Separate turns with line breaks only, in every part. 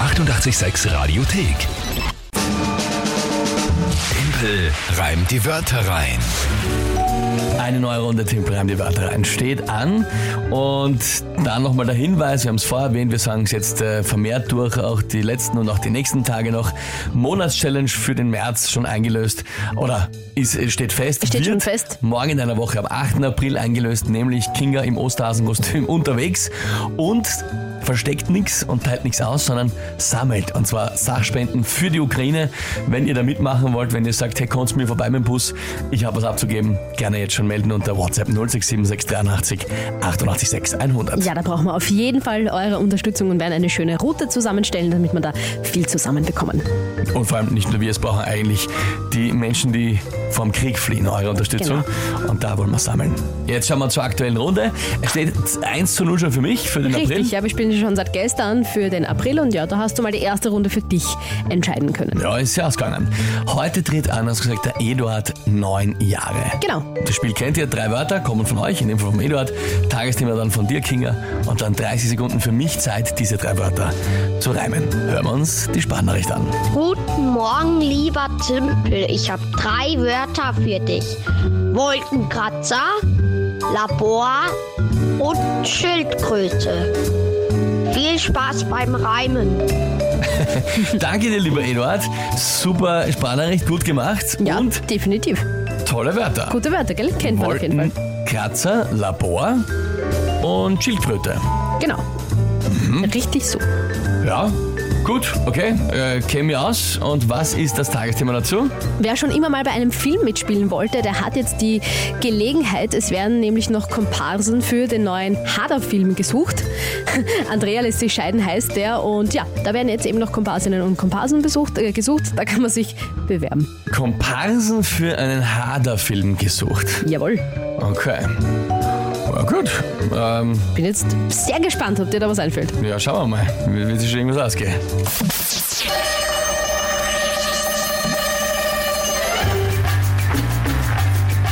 886 Radiothek. Tempel reimt die Wörter rein.
Eine neue Runde Timpelheim, die Wörter rein, steht an. Und dann nochmal der Hinweis, wir haben es vorher erwähnt, wir sagen es jetzt äh, vermehrt durch, auch die letzten und auch die nächsten Tage noch. Monatschallenge für den März schon eingelöst. Oder ist, äh, steht fest.
Steht schon
wird
fest.
Morgen in einer Woche, am 8. April eingelöst, nämlich Kinga im Osterhasenkostüm unterwegs. Und versteckt nichts und teilt nichts aus, sondern sammelt. Und zwar Sachspenden für die Ukraine. Wenn ihr da mitmachen wollt, wenn ihr sagt, hey, kommt mir vorbei mit dem Bus, ich habe was abzugeben, gerne jetzt schon melden unter WhatsApp 0676 88 100.
Ja, da brauchen wir auf jeden Fall eure Unterstützung und werden eine schöne Route zusammenstellen, damit wir da viel zusammenbekommen.
Und vor allem nicht nur wir, es brauchen eigentlich die Menschen, die vom Krieg fliehen, eure Unterstützung.
Genau.
Und da wollen wir sammeln. Jetzt schauen wir zur aktuellen Runde. Es steht 1 zu 0 schon für mich, für den April.
Richtig, ja, wir spielen schon seit gestern für den April und ja, da hast du mal die erste Runde für dich entscheiden können.
Ja, ist ja ausgegangen. Heute tritt an, hast gesagt, der Eduard neun Jahre.
Genau.
Das Spiel kennt ihr, drei Wörter kommen von euch, in dem Fall vom Eduard, Tagesthema dann von dir, Kinga, und dann 30 Sekunden für mich Zeit, diese drei Wörter zu reimen. Hören wir uns die Sprachnachricht an.
Guten Morgen, lieber Tümpel. Ich habe drei Wörter für dich. Wolkenkratzer, Labor und Schildkröte. Viel Spaß beim Reimen.
Danke dir, lieber Eduard. Super Sprachnachricht, gut gemacht
Ja,
und
definitiv.
tolle Wörter.
Gute Wörter, gell? Kennt man auf jeden Fall.
Kratzer, Labor und Schildkröte.
Genau.
Mhm.
Richtig so.
Ja, gut, okay, äh, käme mir aus. Und was ist das Tagesthema dazu?
Wer schon immer mal bei einem Film mitspielen wollte, der hat jetzt die Gelegenheit. Es werden nämlich noch Komparsen für den neuen Hader-Film gesucht. Andrea lässt sich scheiden, heißt der. Und ja, da werden jetzt eben noch Komparsinnen und Komparsen besucht, äh, gesucht. Da kann man sich bewerben.
Komparsen für einen Hader-Film gesucht.
Jawohl.
Okay. Na gut. Ähm,
Bin jetzt sehr gespannt, ob dir da was einfällt.
ja, schauen wir mal, wie wie sich irgendwas ausgeht.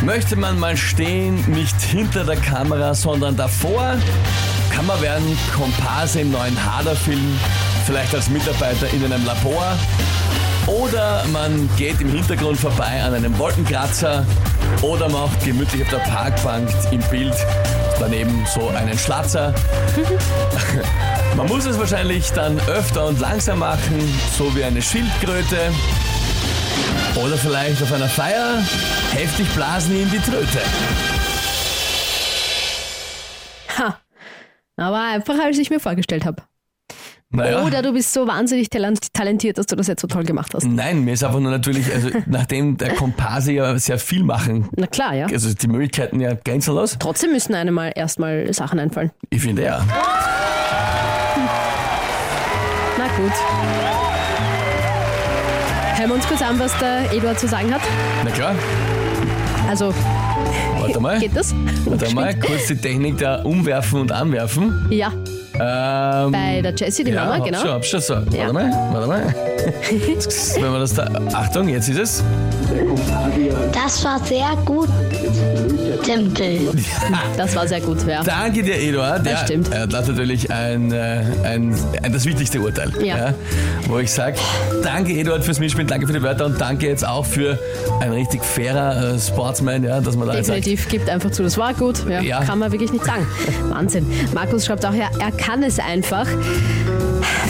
Möchte man mal stehen, nicht hinter der Kamera, sondern davor, kann man werden Komparse im neuen Hader-Film, vielleicht als Mitarbeiter in einem Labor. Oder man geht im Hintergrund vorbei an einem Wolkenkratzer oder macht gemütlich auf der Parkbank im Bild daneben so einen Schlatzer. Man muss es wahrscheinlich dann öfter und langsam machen, so wie eine Schildkröte. Oder vielleicht auf einer Feier heftig blasen in die Tröte.
Ha. Aber einfach, als ich mir vorgestellt habe.
Naja.
Oder du bist so wahnsinnig talent- talentiert, dass du das jetzt so toll gemacht hast.
Nein, mir ist einfach nur natürlich, also nachdem der Komparse ja sehr viel machen,
Na klar, ja.
also die Möglichkeiten ja grenzenlos,
Trotzdem müssen einem mal erstmal Sachen einfallen.
ich finde ja.
Na gut. Hören wir uns kurz an, was der Eduard zu sagen hat.
Na klar,
Also,
warte mal.
geht das?
Warte mal, kurz die Technik der Umwerfen und Anwerfen.
Ja,
Ähm,
bei der Jessie, die
ja,
Mama,
hab
genau.
Schon, hab schon so. Warte
Ja.
mal, warte mal. Jetzt, Wenn man das da. Achtung, jetzt ist es.
Das war sehr gut, Tümpel.
Das war sehr gut, ja.
Danke dir, Eduard.
Das
ja,
stimmt.
Er hat natürlich ein, äh, ein, ein, das wichtigste Urteil.
Ja.
wo ich sage, danke, Eduard, fürs Mitspielen, danke für die Wörter und danke jetzt auch für ein richtig fairer äh, Sportsman, ja, dass man da jetzt sagt,
Definitiv, gibt einfach zu, das war gut. Ja,
also- Ja.
Kann man wirklich nicht sagen. Wahnsinn. Markus schreibt auch, ja, er kann es einfach.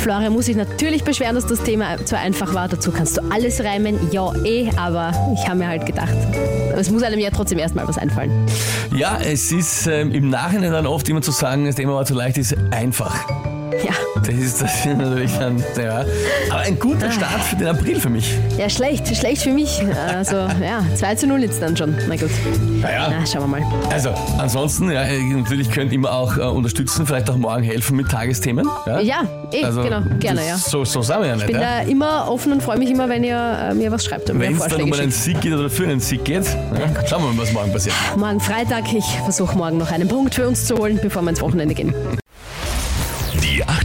Florian muss sich natürlich beschweren, dass das Thema zu einfach war. Dazu kannst du alles reimen. Ja, eh, aber ich habe mir halt gedacht, es muss einem ja trotzdem erstmal was einfallen.
ja, es ist ähm, im Nachhinein dann oft immer zu sagen, das Thema war zu leicht, ist einfach.
Ja,
Das ist das ist natürlich dann, ja. Aber ein guter
Ah.
Start für den April für mich.
ja schlecht, schlecht für mich. Also, ja, 2 zu 0 jetzt dann schon. Na gut.
Naja,
Na, schauen wir mal.
also ansonsten, ja, äh, natürlich könnt ihr immer auch äh, unterstützen, vielleicht auch morgen helfen mit Tagesthemen. Ja, Also,
Ja, eh, genau, gerne,
das-
ja.
So, so sind wir ja nicht.
Bin
ja.
da immer offen und freue mich immer, wenn ihr äh, mir was schreibt und
Wenn
mir
es dann um
Vorschläge
einen
schickt.
Sieg geht oder für einen Sieg geht, ja, schauen wir mal, was morgen passiert.
Morgen Freitag, ich versuche morgen noch einen Punkt für uns zu holen, bevor wir ins Wochenende gehen.
Die